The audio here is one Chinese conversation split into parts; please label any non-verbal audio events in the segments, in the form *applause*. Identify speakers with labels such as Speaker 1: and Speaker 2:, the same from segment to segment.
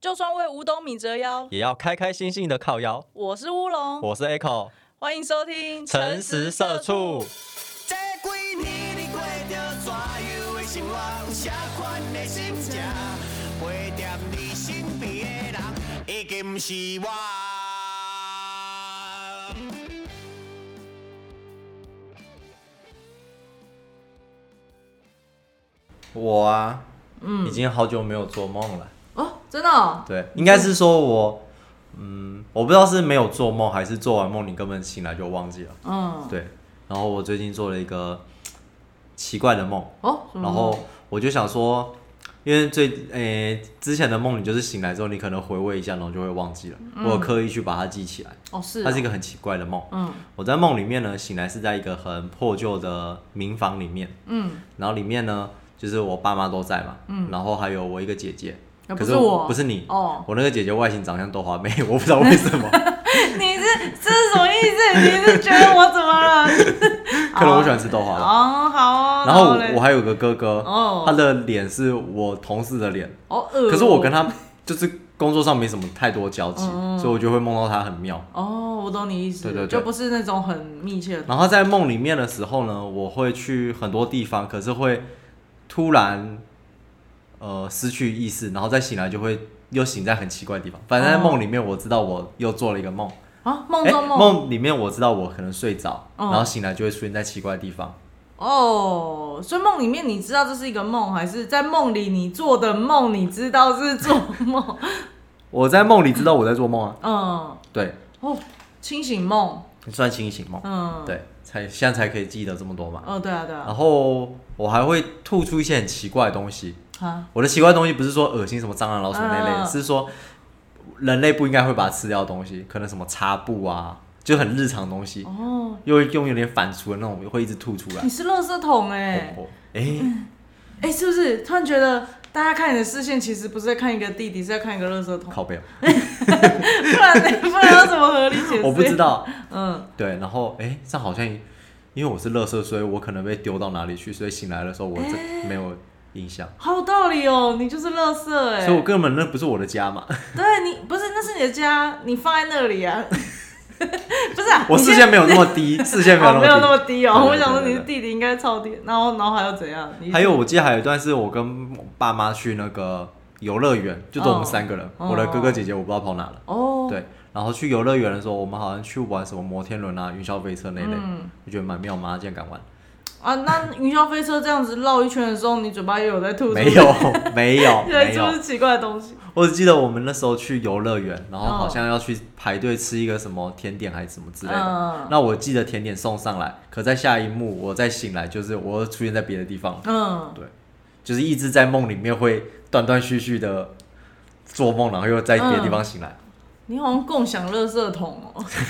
Speaker 1: 就算为五斗米折腰。
Speaker 2: 也要开开心心的靠腰。
Speaker 1: 我是乌龙，
Speaker 2: 我是 Echo，
Speaker 1: 欢迎收听《
Speaker 2: 诚实社畜。。
Speaker 3: 这几年你过着怎样的生活？有啥款的心情？陪在你身边的人，已经不是我。
Speaker 2: 我啊，已经好久没有做梦了。
Speaker 1: 哦，真的、哦？
Speaker 2: 对，应该是说我，嗯，我不知道是没有做梦，还是做完梦你根本醒来就忘记了。
Speaker 1: 嗯，
Speaker 2: 对，然后我最近做了一个奇怪的梦，
Speaker 1: 哦，什么
Speaker 2: 然后我就想说，因为最诶、之前的梦，你就是醒来之后，你可能回味一下，然后就会忘记了。我有刻意去把它记起来，
Speaker 1: 哦是
Speaker 2: 它
Speaker 1: 哦
Speaker 2: 嗯是一个很奇怪的梦。
Speaker 1: 嗯
Speaker 2: 我在梦里面呢，醒来是在一个很破旧的民房里面，
Speaker 1: 嗯，
Speaker 2: 然后里面呢，就是我爸妈都在嘛，然后还有我一个姐姐，
Speaker 1: 啊
Speaker 2: 可
Speaker 1: 嗯不是
Speaker 2: 我
Speaker 1: 我
Speaker 2: 不是你
Speaker 1: 哦
Speaker 2: 我那个姐姐外形长相豆花妹， *laughs* 我不知道为什
Speaker 1: *laughs*
Speaker 2: 么，
Speaker 1: 你是这是什么意思？
Speaker 2: *laughs*
Speaker 1: 你是觉得我怎么了？
Speaker 2: 可能我喜欢吃豆花吧。
Speaker 1: 哦，好哦。
Speaker 2: 然后
Speaker 1: 嘞
Speaker 2: 我我还有个哥哥
Speaker 1: 哦
Speaker 2: 他的脸是我同事的脸，
Speaker 1: 好恶哦
Speaker 2: 可是我跟他就是工作上没什么太多交集，
Speaker 1: 嗯
Speaker 2: 所以我就会梦到他很妙。
Speaker 1: 哦，我懂你意思，
Speaker 2: 对对对
Speaker 1: 就不是那种很密切的。
Speaker 2: 然后在梦里面的时候呢，我会去很多地方，可是会突然呃失去意识，然后再醒来就会又醒在很奇怪的地方。反正在梦里面，我知道我又做了一个梦，
Speaker 1: 啊，哦梦
Speaker 2: 诶
Speaker 1: 中梦
Speaker 2: 哎梦里面我知道我可能睡着，
Speaker 1: 嗯
Speaker 2: 然后醒来就会出现在奇怪的地方。
Speaker 1: 哦，所以梦里面你知道这是一个梦，还是在梦里你做的梦？你知道是做梦？
Speaker 2: 我在梦里知道我在做梦啊，
Speaker 1: 嗯，
Speaker 2: 对，
Speaker 1: 哦，清醒梦，
Speaker 2: 算清醒梦，
Speaker 1: 嗯，，
Speaker 2: 对，才现在才可以记得这么多嘛。
Speaker 1: 哦，对啊，对啊
Speaker 2: 然，后我还会吐出一些很奇怪的东西。
Speaker 1: 啊，
Speaker 2: 我的奇怪的东西不是说恶心什么蟑螂、老鼠那类的，
Speaker 1: 嗯
Speaker 2: 是说人类不应该会把它吃掉的东西，可能什么擦布啊，就很日常的东西，
Speaker 1: 哦，
Speaker 2: 又用有点反刍的那种，会一直吐出来
Speaker 1: 你。是垃圾桶哎、
Speaker 2: 哦哎，
Speaker 1: 哎、是不是？突然觉得大家看你的视线其实不是在看一个弟弟，是在看一个垃圾桶，
Speaker 2: 靠背哦，
Speaker 1: 不然 *laughs* 呢？不然要怎么合理解释？
Speaker 2: *laughs* 我不知，道。
Speaker 1: 嗯，
Speaker 2: 对，然后哎，这样好像因为我是垃圾，所以我可能被丢到哪里去，所以醒来的时候我
Speaker 1: 哎
Speaker 2: 这没有印象，
Speaker 1: 好有道理哦，你就是垃圾哎、
Speaker 2: 所以我根本那不是我的家嘛，
Speaker 1: 对你不是那是你的家，你放在那里啊， *laughs* 不是、啊？*laughs*
Speaker 2: 我
Speaker 1: 你
Speaker 2: 视
Speaker 1: 先
Speaker 2: 线没有那么低，视线没有
Speaker 1: 哦，没有那
Speaker 2: 那么
Speaker 1: 么
Speaker 2: 低。
Speaker 1: 低哦。
Speaker 2: 对
Speaker 1: 我
Speaker 2: 对
Speaker 1: 想说
Speaker 2: 对
Speaker 1: 你是弟弟应该超低，然后然后还要怎样？你
Speaker 2: 还有，我记得还有一段是我跟我爸妈去那个游乐园，就是我们三个人，
Speaker 1: 哦
Speaker 2: 我的哥哥姐姐我不知道跑哪了。
Speaker 1: 哦，，
Speaker 2: 对，然后去游乐园的时候，我们好像去玩什么摩天轮啊、云霄飞车那类，
Speaker 1: 嗯
Speaker 2: 我觉得蛮妙，妈竟然敢
Speaker 1: *laughs*
Speaker 2: 玩，
Speaker 1: 啊，那云霄飞车这样子绕一圈的时候，你嘴巴也有在吐？
Speaker 2: 没，
Speaker 1: *laughs*
Speaker 2: 有， *laughs* 没有，
Speaker 1: 对，
Speaker 2: 没
Speaker 1: 就
Speaker 2: 有
Speaker 1: 是。奇怪的东西。
Speaker 2: 我只记得我们那时候去游乐园，然后
Speaker 1: 哦
Speaker 2: 好像要去排队吃一个什么甜点还是什么之类的。
Speaker 1: 嗯
Speaker 2: 那我记得甜点送上来，可在下一幕我再醒来，就是我又出现在别的地方了。
Speaker 1: 嗯，
Speaker 2: 对，就是一直在梦里面会断断续续的做梦，然后又在别的地方醒来。
Speaker 1: 你好像共享垃圾桶哦， *laughs* 就是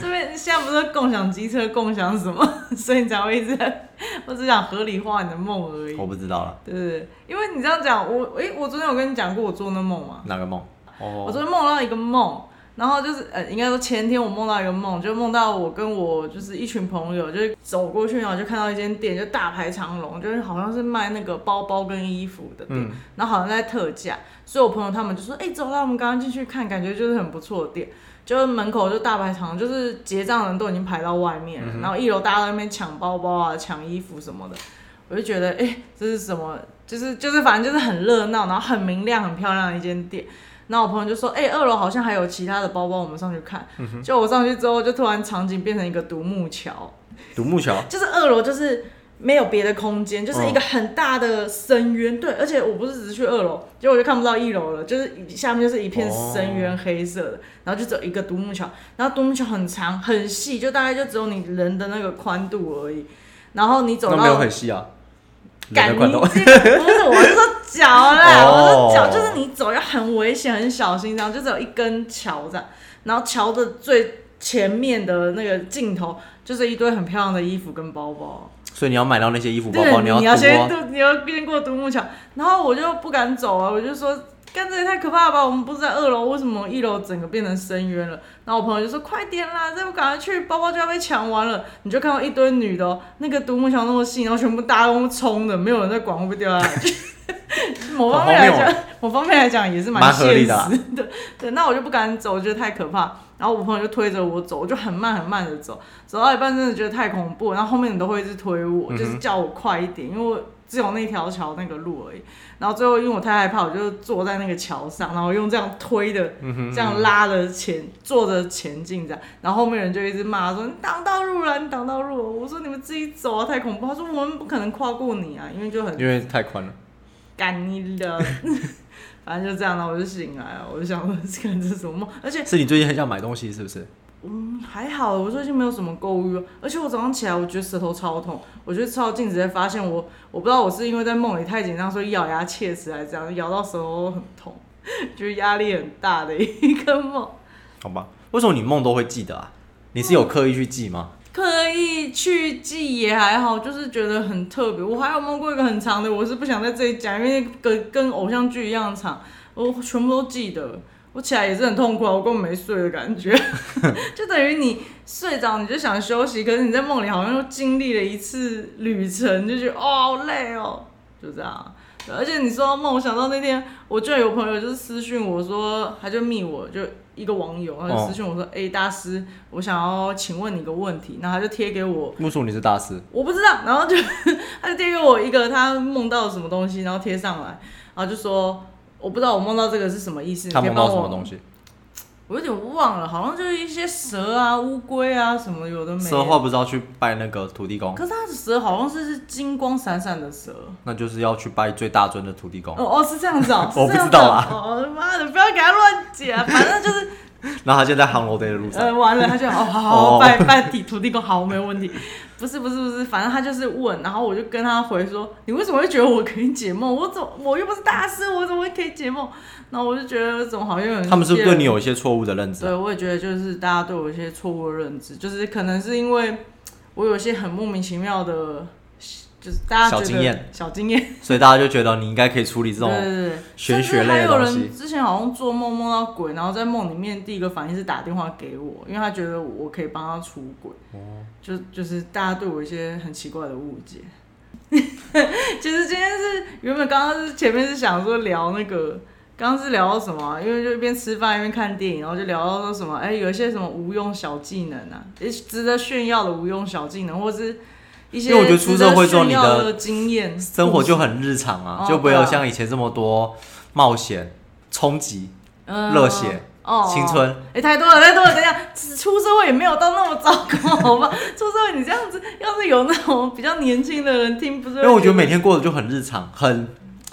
Speaker 1: 这边现在不是共享机车、共享什么， *laughs* 所以你才会一直在，我只想合理化你的梦而已
Speaker 2: 我。不知道了，
Speaker 1: 对对对，因为你这样讲，我诶、我昨天有跟你讲过我做那梦吗？
Speaker 2: 哪个梦？
Speaker 1: 我
Speaker 2: 哦，
Speaker 1: 昨天梦到一个梦，然后就是呃，应该说前天我梦到一个梦，就梦到我跟我就是一群朋友，就是走过去，然后就看到一间店，就大排长龙，就是好像是卖那个包包跟衣服的店，
Speaker 2: 嗯
Speaker 1: 然后好像在特价，所以我朋友他们就说，哎、走啦，我们刚刚进去看，感觉就是很不错的店。就是门口就大排长龙，就是结账的人都已经排到外面了，然后一楼大家都在那边抢包包啊、抢衣服什么的，我就觉得，哎、这是什么？就是就是，反正就是很热闹，然后很明亮、很漂亮的一间店。然后我朋友就说：“哎、二楼好像还有其他的包包，我们上去看。就我上去之后，就突然场景变成一个独木桥，
Speaker 2: 独木桥。
Speaker 1: 就是二楼就是没有别的空间，就是一个很大的深渊。对，而且我不是只是去二楼，结果我就看不到一楼了，就是下面就是一片深渊，黑色的，然后就只有一个独木桥，然后独木桥很长很细，就大概就只有你人的那个宽度而已。然后你走
Speaker 2: 那
Speaker 1: 到
Speaker 2: 没有很细啊，
Speaker 1: 赶
Speaker 2: 人
Speaker 1: 你
Speaker 2: 的罐头。
Speaker 1: 这个不是，我是说脚啦，
Speaker 2: 哦
Speaker 1: 我是说脚，就是你走要很危险、很小心，这样就只有一根桥这样，然后桥的最前面的那个尽头就是一堆很漂亮的衣服跟包包。
Speaker 2: 所以你要买到那些衣服包
Speaker 1: 对，
Speaker 2: 包，
Speaker 1: 你哦
Speaker 2: 要多
Speaker 1: 先
Speaker 2: 啊
Speaker 1: 渡，你要先过独木桥，然后我就不敢走啊，我就说。干这也太可怕了吧！我们不是在二楼，为什么一楼整个变成深渊了？然后我朋友就说：“快点啦，再不赶快去，包包就要被抢完了。”你就看到一堆女的哦、那个独木桥那么细，然后全部大家都冲的，没有人在管会不会掉下来， *laughs* 某方面来讲，某方面来讲也是
Speaker 2: 蛮合
Speaker 1: 现
Speaker 2: 理
Speaker 1: 实
Speaker 2: 的啊
Speaker 1: 的。对，那我就不敢走，我觉得太可怕。然后我朋友就推着我走，我就很慢很慢的走，走到一半真的觉得太恐怖。然后后面你都会一直推我，
Speaker 2: 嗯哼
Speaker 1: 就是叫我快一点，因为我只有那条桥那个路而已。然后最后因为我太害怕，我就坐在那个桥上，然后用这样推的，
Speaker 2: 嗯
Speaker 1: 这样拉着前坐着前进这样。然后后面人就一直骂说：“你挡到路了，你挡到路了。”我说：“你们自己走啊，太恐怖。”他说：“我们不可能跨过你啊，因为就很
Speaker 2: 因为太宽了。
Speaker 1: 干你的。 *laughs* 反正就这样，然后我就醒来了，我就想说，这看这是什么梦？而且，
Speaker 2: 是你最近很想买东西，是不是？
Speaker 1: 嗯，还好，我最近没有什么购物欲，而且我早上起来，我觉得舌头超痛，我就照镜子才发现我，我不知道我是因为在梦里太紧张，所以咬牙切齿还是怎样，咬到舌头很痛， *laughs* 就是压力很大的一个梦。
Speaker 2: 好吧，为什么你梦都会记得啊？你是有刻意去记吗？
Speaker 1: 刻意去记也还好，就是觉得很特别。我还有梦过一个很长的，我是不想在这里讲，因为跟跟偶像剧一样长，我全部都记得。我起来也是很痛苦啊，我根本没睡的感觉， *laughs* 就等于你睡着你就想休息，可是你在梦里好像又经历了一次旅程，就觉得哦好累哦，就这样。对而且你说到梦，我想到那天我居然有朋友就是私讯我说，他就密我就一个网友，他就私讯我说，哎、大师，我想要请问你一个问题，然后他就贴给我
Speaker 2: 为什么你是大师？
Speaker 1: 我不知道，然后就 *laughs* 他就贴给我一个他梦到什么东西，然后贴上来，然后就说我不知道我梦到这个是什么意思，你
Speaker 2: 他
Speaker 1: 可以
Speaker 2: 梦
Speaker 1: 帮
Speaker 2: 到
Speaker 1: 我
Speaker 2: 什么东？西？
Speaker 1: 我有点忘了，好像就是一些蛇啊、乌龟啊什么有的没的。
Speaker 2: 蛇话不是要去拜那个土地公
Speaker 1: 可，是他的蛇好像是是金光闪闪的蛇。
Speaker 2: 那就是要去拜最大尊的土地公，，
Speaker 1: 哦哦，是这样子哦
Speaker 2: *laughs* 我不知道啊
Speaker 1: 是这样子哦哦妈的，不要给他乱讲，反正就是
Speaker 2: 然后他就在航楼 day 的路上。
Speaker 1: 呃，完了，他就哦，好好
Speaker 2: 哦
Speaker 1: 拜拜地土地公，好，没问题。不是不是不是，反正他就是问，然后我就跟他回说，你为什么会觉得我可以解梦？我怎么我又不是大师，我怎么会可以解梦？然后我就觉得怎么好像有人
Speaker 2: 他们是不是
Speaker 1: 骗
Speaker 2: 对
Speaker 1: 我
Speaker 2: 你有一些错误的认知
Speaker 1: 对，
Speaker 2: 啊？
Speaker 1: 我也觉得就是大家对我一些错误的认知，就是可能是因为我有一些很莫名其妙的，就是大家觉
Speaker 2: 小
Speaker 1: 得
Speaker 2: 经验，
Speaker 1: 小经验，
Speaker 2: 所以大家就觉得你应该可以处理这
Speaker 1: 对对
Speaker 2: 种
Speaker 1: 对。甚
Speaker 2: 玄学
Speaker 1: 至还
Speaker 2: 类的
Speaker 1: 有
Speaker 2: 东
Speaker 1: 人
Speaker 2: 西。
Speaker 1: 之前好像做梦梦到鬼，然后在梦里面第一个反应是打电话给我，因为他觉得我可以帮他出轨。
Speaker 2: 哦
Speaker 1: 就就是大家对我一些很奇怪的误解。 *laughs* 其实今天是原本刚刚是前面是想说聊那个，刚刚是聊到什么啊、因为就一边吃饭一边看电影，然后就聊到说什么，哎、有一些什么无用小技能啊，也值得炫耀的无用小技能，或是一些
Speaker 2: 因为我觉得出社会之后
Speaker 1: 值得炫
Speaker 2: 你的
Speaker 1: 耀的经验
Speaker 2: 生活就很日常
Speaker 1: 哦，
Speaker 2: 啊就没有
Speaker 1: 对啊
Speaker 2: 像以前这么多冒险、冲击、
Speaker 1: 嗯
Speaker 2: 热血
Speaker 1: 哦
Speaker 2: 青春
Speaker 1: 哎、太多了，太多了。等一下，出社会也没有到那么糟糕，好吧？ *laughs* 出社会你这样子，要是有那种比较年轻的人听，不是？
Speaker 2: 因为我觉得每天过得就很日常，很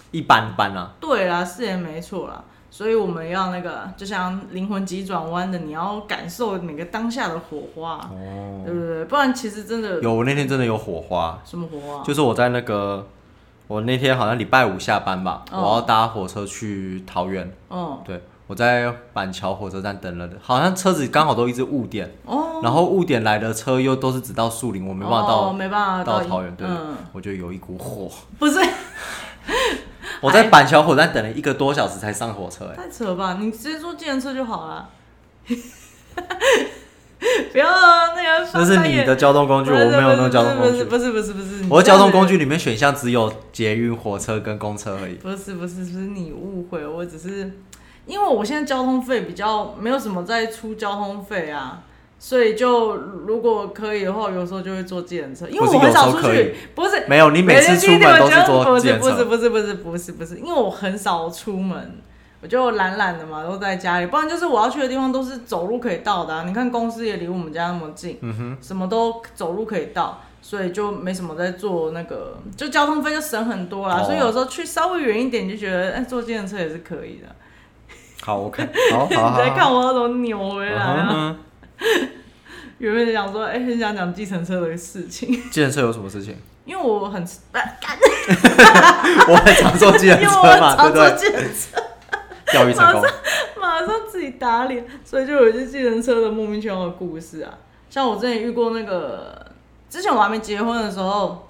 Speaker 2: 一般般啊。
Speaker 1: 对啦，是也没错啦。所以我们要那个，就像灵魂急转弯的，你要感受每个当下的火花，
Speaker 2: 哦，
Speaker 1: 对不对？不然其实真的
Speaker 2: 有我那天真的有火花，
Speaker 1: 什么火花？
Speaker 2: 就是我在那个我那天好像礼拜五下班吧，
Speaker 1: 嗯
Speaker 2: 我要搭火车去桃园，
Speaker 1: 嗯，
Speaker 2: 对我在板桥火车站等了，好像车子刚好都一直误点，
Speaker 1: 哦，
Speaker 2: 然后误点来的车又都是只到树林，我没办
Speaker 1: 哦、
Speaker 2: 法到
Speaker 1: 没办法
Speaker 2: 到桃园，对
Speaker 1: 嗯，，
Speaker 2: 我就有一股火，
Speaker 1: 不是 *laughs*
Speaker 2: 我在板桥火车站等了一个多小时才上火车，哎。
Speaker 1: 太扯了吧？你直接坐计程车就好了。 *laughs* 不要那个，
Speaker 2: *laughs* 那是你的交通工具，
Speaker 1: 不
Speaker 2: 我
Speaker 1: 是
Speaker 2: 没有那种交通工具。
Speaker 1: 不是不是不是不是不是，
Speaker 2: 我的交通工具
Speaker 1: 你
Speaker 2: 里面选项只有捷运、火车跟公车而已。
Speaker 1: 这样子不是不是不是你误会，我只是因为我现在交通费比较没有什么在出交通费啊。所以就如果可以的话，有时候就会坐计程车，因为
Speaker 2: 不是
Speaker 1: 我很少
Speaker 2: 有时
Speaker 1: 出
Speaker 2: 候可以
Speaker 1: 去。不是，
Speaker 2: 没有，你每次出门都是坐计程
Speaker 1: 不是
Speaker 2: 车。
Speaker 1: 不是不是不是不是不是，因为我很少出门，我就懒懒的嘛，都在家里。不然就是我要去的地方都是走路可以到的、啊。你看公司也离我们家那么近，
Speaker 2: 嗯
Speaker 1: 什么都走路可以到，所以就没什么在做那个，就交通费就省很多啦。
Speaker 2: 哦
Speaker 1: 所以有时候去稍微远一点，你就觉得哎、坐计程车也是可以的。
Speaker 2: 好，我看，
Speaker 1: *laughs*
Speaker 2: 好哦好好
Speaker 1: 你
Speaker 2: *laughs* 好。
Speaker 1: 在看我要怎么扭回来
Speaker 2: 嗯
Speaker 1: 啊？
Speaker 2: 哼
Speaker 1: 原本想说，哎、很想讲计程车的事情，
Speaker 2: 计程车有什么事情？ *laughs*
Speaker 1: 因为我很， *laughs* 因
Speaker 2: 我 *laughs* 很常坐计程
Speaker 1: 为
Speaker 2: 车 *laughs*
Speaker 1: 我很
Speaker 2: 嘛，对
Speaker 1: 常
Speaker 2: 不
Speaker 1: 坐
Speaker 2: 对？
Speaker 1: 计程车。
Speaker 2: 钓鱼成功。
Speaker 1: *laughs* 马上自己打脸，所以就有一些计程车的莫名其妙的故事啊。像我之前遇过那个，之前我还没结婚的时候，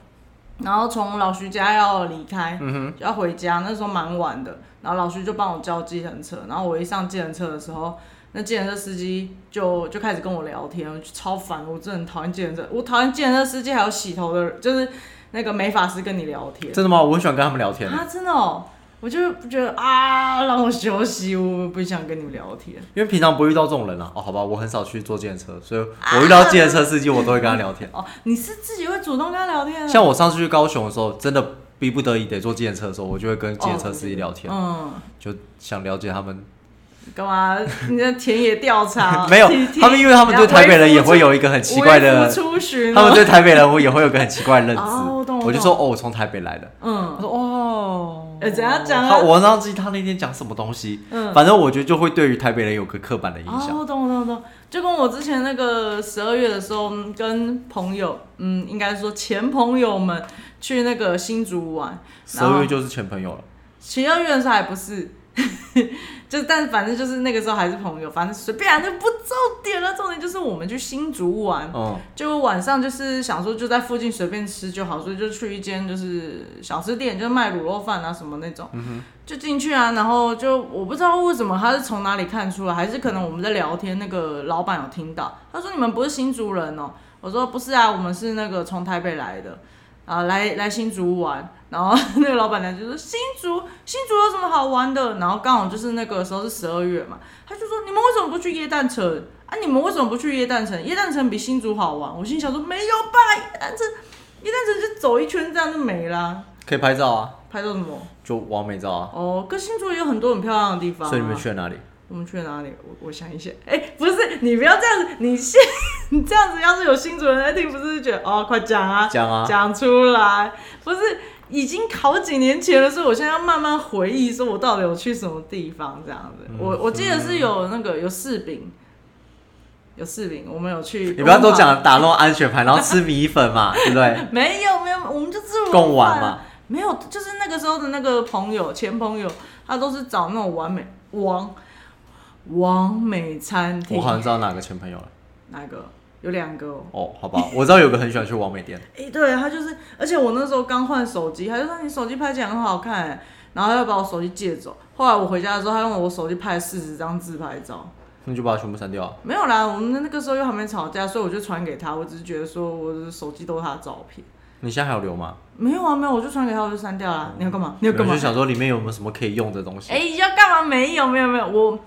Speaker 1: 然后从老徐家要离开，
Speaker 2: 嗯
Speaker 1: 就要回家，那时候蛮晚的，然后老徐就帮我叫计程车，然后我一上计程车的时候。那计程车司机就就开始跟我聊天，我就超烦，我真的很讨厌计程车，我讨厌计程车司机还有洗头的，就是那个美发师跟你聊天
Speaker 2: 哼，。真的吗？我很喜欢跟他们聊天。欸
Speaker 1: 啊，真的哦，我就觉得啊，让我休息，我不想跟你们聊天。
Speaker 2: 因为平常不遇到这种人啊。哦，好吧，我很少去坐计程车，所以我遇到计程车司机，我都会跟他聊天。
Speaker 1: 哦，你是自己会主动跟他聊天的，
Speaker 2: 像我上次去高雄的时候，真的逼不得已得坐计程车的时候，我就会跟计程车司机聊天，
Speaker 1: 嗯，
Speaker 2: 就想了解他们。
Speaker 1: 干嘛？你的田野调查 *laughs*
Speaker 2: *laughs* 没有
Speaker 1: 体体
Speaker 2: 他们因为他们对台北人也会有一个很奇怪的
Speaker 1: 微服出巡哦，
Speaker 2: 他们对台北人，我也会有个很奇怪的认知。
Speaker 1: 哦我懂我
Speaker 2: 就
Speaker 1: 懂
Speaker 2: 说哦，我从台北来的。
Speaker 1: 嗯
Speaker 2: 他说哦，
Speaker 1: 呃怎样讲啊
Speaker 2: 他我忘记他那天讲什么东西，
Speaker 1: 嗯
Speaker 2: 反正我觉得就会对于台北人有个刻板的印象。
Speaker 1: 哦，我懂我懂我懂，就跟我之前那个十二月的时候，嗯跟朋友，嗯，应该说前朋友们去那个新竹玩，
Speaker 2: 十
Speaker 1: 然后
Speaker 2: 二月就是前朋友了，
Speaker 1: 十二月的时候还不是， *laughs* 就是但反正就是那个时候还是朋友，反正随便啊，那不重点了，重点就是我们去新竹玩，
Speaker 2: 嗯，
Speaker 1: 就晚上就是想说就在附近随便吃就好，所以就去一间就是小吃店，就是卖卤肉饭啊什么那种，就进去啊，然后就我不知道为什么他是从哪里看出来，还是可能我们在聊天，那个老板有听到，他说你们不是新竹人哦、我说不是啊，我们是那个从台北来的。啊，来来新竹玩，然后那个老板娘就说新竹新竹有什么好玩的？然后刚好就是那个时候是十二月嘛，他就说你们为什么不去耶诞城啊？你们为什么不去耶诞城？耶诞城比新竹好玩。我心想说没有吧，耶诞城耶诞城就走一圈这样就没啦，
Speaker 2: 可以拍照啊，
Speaker 1: 拍到什么？
Speaker 2: 就完美照啊。
Speaker 1: 哦，跟新竹也有很多很漂亮的地方、啊。
Speaker 2: 所以你们去了哪里？
Speaker 1: 我们去了哪里？我我想一下，哎、不是你不要这样子，你现 *laughs* 你这样子，要是有新主人在听，不是就觉得哦，快讲啊，
Speaker 2: 讲啊
Speaker 1: 讲出来，不是已经好几年前了，所以我现在要慢慢回忆，说我到底有去什么地方这样
Speaker 2: 嗯
Speaker 1: 子。我我记得是有那个有柿饼，有柿饼，我们有去，
Speaker 2: 你不要都讲打那种安全牌，然后吃米粉嘛，对不对？
Speaker 1: 没有没有，我们就自我
Speaker 2: 贡丸
Speaker 1: 饭啊
Speaker 2: 嘛
Speaker 1: 没有，就是那个时候的那个朋友，前朋友，他都是找那种完美王王美餐厅。
Speaker 2: 我好像知道哪个前朋友了。
Speaker 1: 哪个？有两个哦。
Speaker 2: 哦，好
Speaker 1: *laughs*
Speaker 2: 吧，我知道有个很喜欢去王美店，
Speaker 1: 哎、对他就是，而且我那时候刚换手机，他就说你手机拍起来很好看、欸，然后他就把我手机借走。后来我回家的时候，他用我手机拍了四十张自拍照。
Speaker 2: 那就把它全部删掉啊。
Speaker 1: 没有啦，我们那个时候又还没吵架，所以我就传给他。我只是觉得说我的手机都是他的照片。
Speaker 2: 你现在还有留吗？
Speaker 1: 没有啊，没有，我就传给他，我就删掉啦。你要干嘛？你要干
Speaker 2: 我
Speaker 1: 嘛
Speaker 2: 就？想说里面有没有什么可以用的东西
Speaker 1: 哎、？要干嘛？没有，没有，没有。我，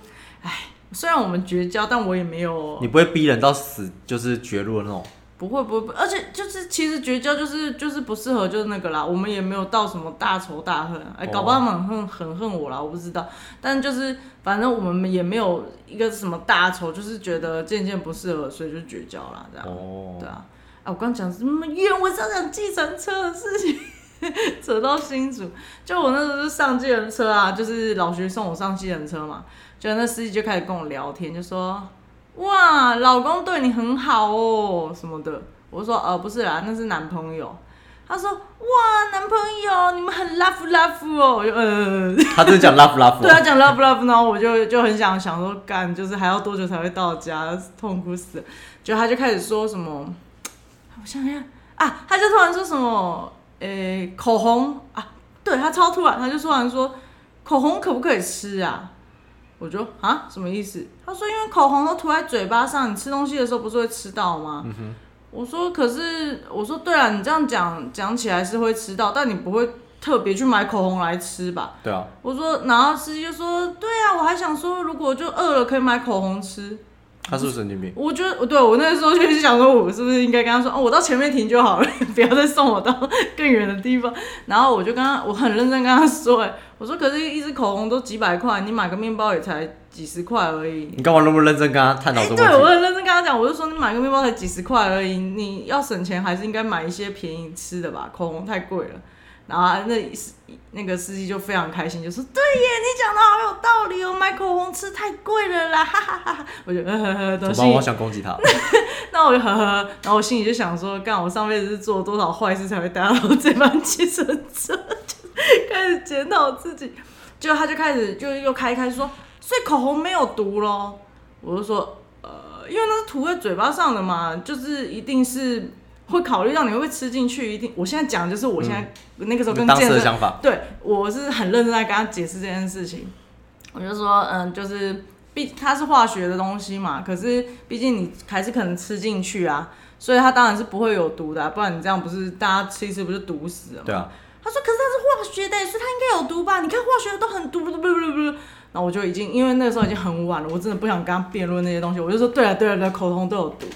Speaker 1: 哎，虽然我们绝交，但我也没有
Speaker 2: 你不会逼人到死，就是绝路的那种。
Speaker 1: 不会不会，不会而且就是其实绝交就是就是不适合就是那个啦，我们也没有到什么大仇大恨啊，哎、
Speaker 2: 哦
Speaker 1: 搞不好他们很恨很恨我啦，我不知道，但就是反正我们也没有一个什么大仇，就是觉得渐渐不适合，所以就绝交啦，这样，
Speaker 2: 哦
Speaker 1: 对，啊，啊我刚讲什么冤，我是要讲计程车的事情。 *laughs* 扯到新竹，就我那时候就上计程车啊，就是老徐送我上计程车嘛，就那司机就开始跟我聊天，就说哇，老公对你很好哦什么的。我说呃不是啦，那是男朋友。他说哇，男朋友你们很 love love 哦，我就呃，
Speaker 2: 他真的讲哦 love love，
Speaker 1: 对他啊讲 love love，然后我就就很想想说干，就是还要多久才会到家，痛苦死了。就他就开始说什么，我想想啊，他就突然说什么，呃、口红啊，对他超突然，他就突然说口红可不可以吃啊？我就啊什么意思？他说因为口红都涂在嘴巴上，你吃东西的时候不是会吃到吗？我说可是我说对啊，你这样讲讲起来是会吃到，但你不会特别去买口红来吃吧？
Speaker 2: 对啊，
Speaker 1: 我说，然后司机就说，对啊，我还想说，如果就饿了可以买口红吃。
Speaker 2: 他是不是神经病？
Speaker 1: 我觉得，对我那时候就是想说，我是不是应该跟他说，哦，我到前面停就好了， *laughs* 不要再送我到更远的地方。然后我就跟他，我很认真跟他说、哎，我说，可是一支口红都几百块，你买个面包也才几十块而已。
Speaker 2: 你干嘛那么认真跟他探讨
Speaker 1: 哎、
Speaker 2: 这个
Speaker 1: 对我
Speaker 2: 问题？
Speaker 1: 很认真跟他讲，我就说你买个面包才几十块而已，你要省钱还是应该买一些便宜吃的吧，口红太贵了。然后那司那个司机就非常开心，就说：“对耶，你讲的好有道理哦，买口红吃太贵了啦，哈哈哈哈！”我就呃呵呵呵，都
Speaker 2: 怎么办？
Speaker 1: 心
Speaker 2: 我
Speaker 1: 里
Speaker 2: 好想攻击
Speaker 1: *laughs*
Speaker 2: 他。
Speaker 1: 那我就呵呵呵，然后我心里就想说，干我上辈子是做了多少坏事才会搭到这班计程车，就开始检讨自己。就他就开始就又开开说，所以口红没有毒咯。我就说，呃，因为那是涂在嘴巴上的嘛，就是一定是会考虑到你会不会吃进去，一定。我现在讲就是我现在、那个时候跟
Speaker 2: 嗯当时
Speaker 1: 健
Speaker 2: 的
Speaker 1: 身
Speaker 2: 想法，
Speaker 1: 对我是很认真在跟他解释这件事情。我就说，嗯，就是毕它是化学的东西嘛，可是毕竟你还是可能吃进去啊，所以它当然是不会有毒的啊、不然你这样不是大家吃一吃不就毒死了吗？
Speaker 2: 对啊，
Speaker 1: 他说可是它是化学的，所以它应该有毒吧？你看化学的都很毒，不不不不不。然后我就已经因为那个时候已经很晚了，我真的不想跟他辩论那些东西，我就说对了啊对了对了，口红都有毒。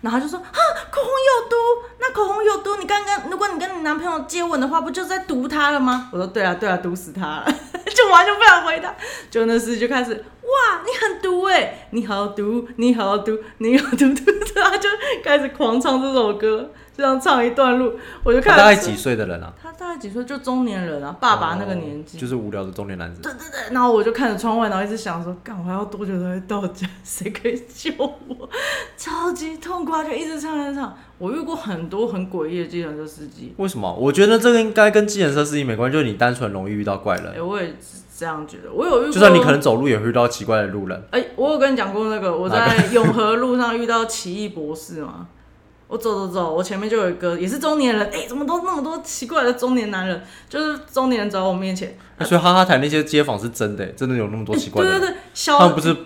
Speaker 1: 然后他就说啊，口红有毒，那口红有毒，你刚刚如果你跟你男朋友接吻的话，不就是在毒他了吗？我说对啊对啊，毒死他了，就完全不想回答。就那司机 *laughs* 就开始哇，你很毒哎、你好毒，你好毒，你好毒毒，然后就开始狂唱这首歌，这样唱一段路，我就
Speaker 2: 他
Speaker 1: 看
Speaker 2: 大概几岁的人啊？
Speaker 1: 他大概几岁？就中年人啊，爸爸那个年纪。
Speaker 2: 哦就是无聊的中年男子。
Speaker 1: 对对对，然后我就看着窗外，然后一直想说，干，我还要多久才会到家？ *laughs* 谁可以救我？超级痛苦，啊！就一直唱，一直唱。我遇过很多很诡异的计程车司机，
Speaker 2: 为什么？我觉得这个应该跟计程车司机没关系，就是你单纯容易遇到怪
Speaker 1: 哎、
Speaker 2: 人，
Speaker 1: 我也是这样觉得。我有遇过，
Speaker 2: 就算你可能走路也会遇到奇怪的路人。
Speaker 1: 哎、我有跟你讲过那个，我在永和路上遇到奇异博士嘛。我走走走，我前面就有一个也是中年人，哎、怎么都那么多奇怪的中年男人？就是中年人走到我面前，
Speaker 2: *laughs* 所以哈哈台那些街坊是真的欸，真的有那么多奇怪的
Speaker 1: 哎对
Speaker 2: 人。
Speaker 1: 对对，小
Speaker 2: 他们不是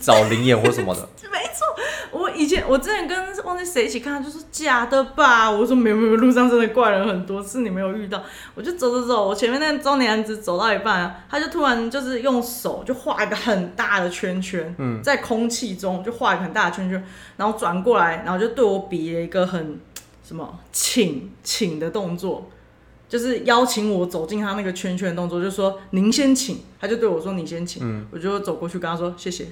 Speaker 2: 找灵眼或什
Speaker 1: *laughs*
Speaker 2: 么的，
Speaker 1: 没错，我以前我之前跟忘记谁一起看，他就说假的吧，我说没有没有，路上真的怪人很多，是你没有遇到。我就走走走，我前面那个中年男子走到一半、啊，他就突然就是用手就画一个很大的圈圈，嗯，在空气中就画一个很大的圈圈，然后转过来，然后就对我比了一个很什么请请的动作。就是邀请我走进他那个圈圈的动作，就说您先请，他就对我说你先请，
Speaker 2: 嗯
Speaker 1: 我就走过去跟他说谢 *laughs* 谢，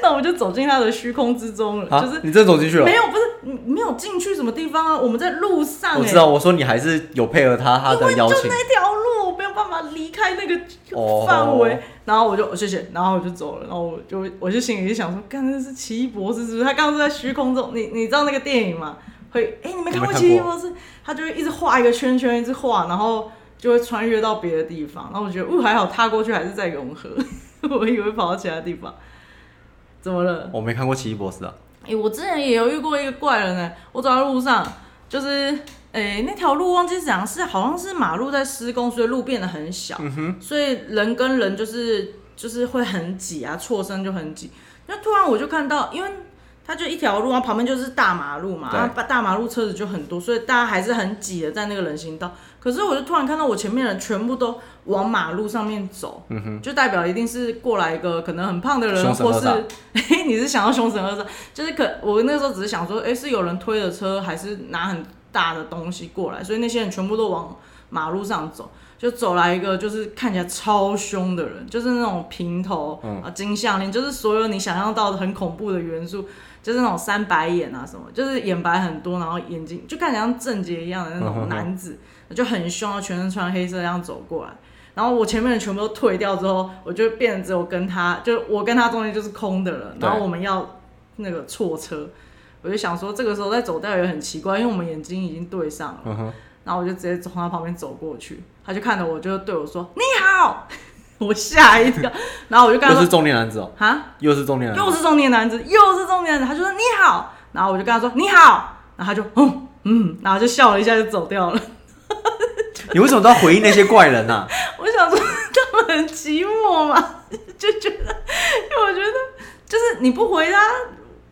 Speaker 1: 那我就走进他的虚空之中了，
Speaker 2: 啊，
Speaker 1: 就是
Speaker 2: 你真的走进去了
Speaker 1: 没？有不是你没有进去什么地方啊，我们在路上、欸，
Speaker 2: 我知道，我说你还是有配合他他
Speaker 1: 因
Speaker 2: 的
Speaker 1: 为
Speaker 2: 邀
Speaker 1: 就
Speaker 2: 请，
Speaker 1: 那条路，我没有办法离开那个
Speaker 2: 哦
Speaker 1: 范围。然后我就谢谢，然后我就走了。然后我就我就心里就想说，干那是奇异博士是不是？他刚刚是在虚空中，你你知道那个电影吗？会哎、你没看过
Speaker 2: 我没看
Speaker 1: 奇异
Speaker 2: 过
Speaker 1: 博士？他就会一直画一个圈圈，一直画，然后就会穿越到别的地方。然后我觉得，哦，还好踏过去还是在永和， *laughs* 我以为跑到其他地方。怎么了？
Speaker 2: 我没看过奇异博士啊，
Speaker 1: 哎、我之前也有遇过一个怪人呢、我走在路上，就是哎、那条路忘记是怎样，是好像是马路在施工，所以路变得很小，所以人跟人就是就是会很挤啊，错身就很挤。那突然我就看到，因为它就一条路啊，旁边就是大马路嘛，
Speaker 2: 对
Speaker 1: 啊，大马路车子就很多，所以大家还是很挤的在那个人行道。可是我就突然看到我前面的人全部都往马路上面走，就代表一定是过来一个可能很胖的人，
Speaker 2: 嗯凶神
Speaker 1: 或
Speaker 2: 恶
Speaker 1: 是 *laughs*
Speaker 2: 煞
Speaker 1: 你是想要凶神恶煞，就是可我那时候只是想说，哎、是有人推着车，还是拿很大的东西过来，所以那些人全部都往马路上走。就走来一个，就是看起来超凶的人，就是那种平头
Speaker 2: 嗯
Speaker 1: 啊、金项链，就是所有你想象到的很恐怖的元素，就是那种三白眼啊什么，就是眼白很多，然后眼睛就看起来像郑杰一样的那
Speaker 2: 嗯哼
Speaker 1: 种
Speaker 2: 哼
Speaker 1: 男子，就很凶，然后全身穿黑色这样走过来。然后我前面的全部都退掉之后，我就变得只有跟他，就我跟他中间就是空的了。
Speaker 2: 对
Speaker 1: 然后我们要那个错车，我就想说这个时候再走掉也很奇怪，因为我们眼睛已经对上了。
Speaker 2: 嗯哼，
Speaker 1: 然后我就直接从他旁边走过去，他就看着我，就对我说：“你好。” *laughs* 我吓一跳，然后我就跟他
Speaker 2: 又是
Speaker 1: 说
Speaker 2: 中年男子哦：“，
Speaker 1: 啊，
Speaker 2: 又是中年男
Speaker 1: 又
Speaker 2: 子，
Speaker 1: 是中年男子，又是中年男子。”他就说：“你好。”然后我就跟他说：“你好。”然后他就嗯嗯，然后就笑了一下就走掉了。
Speaker 2: 你为什么都要回应那些怪人
Speaker 1: *laughs*
Speaker 2: 啊呐？
Speaker 1: 我想说他们很寂寞嘛， *laughs* 就觉得，因为我觉得就是你不回答，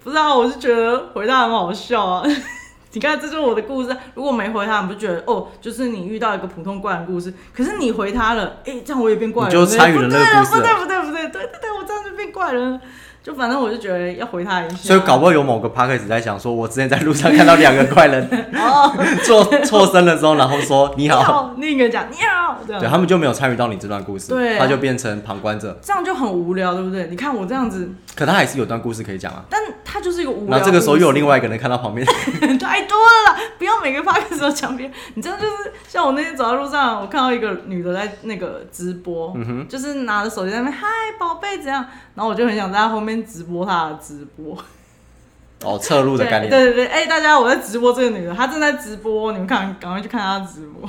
Speaker 1: 不知道，我是觉得回答很好笑啊。 *laughs* 你看，这就是我的故事啊。如果没回他，你不觉得哦，就是你遇到一个普通怪人故事，可是你回他了，哎、这样我也变怪人
Speaker 2: 你就参与了
Speaker 1: 不对
Speaker 2: 那个故事啊
Speaker 1: 不对，不对，不对，对对对，我这样就变怪人了。就反正我就觉得要回他一下，
Speaker 2: 所以搞不好有某个 p a c k a g e 在想说，我之前在路上看到两个怪人
Speaker 1: *laughs* 哦，
Speaker 2: 做错身的时候，然后说 *laughs* 你
Speaker 1: 你
Speaker 2: 好，
Speaker 1: 好，另一个讲你好，这样
Speaker 2: 对他们就没有参与到你这段故事，
Speaker 1: 对啊
Speaker 2: 他就变成旁观者，
Speaker 1: 这样就很无聊，对不对？你看我这样子，
Speaker 2: 可他还是有段故事可以讲啊。
Speaker 1: 但他就是一个无聊。
Speaker 2: 然后这个时候又有另外一个人看
Speaker 1: *laughs*
Speaker 2: 到旁边，
Speaker 1: 太哎多了啦！不要每个 p o d c a 都讲别人，你知道就是像我那天走在路上，我看到一个女的在那个直播，就是拿着手机在那边嗨宝贝怎样，然后我就很想在她后面直播她的直播。
Speaker 2: 哦，侧录的概
Speaker 1: 对对
Speaker 2: 念，
Speaker 1: 对对，哎、大家我在直播这个女的，她正在直播，你们看赶快去看她的直播，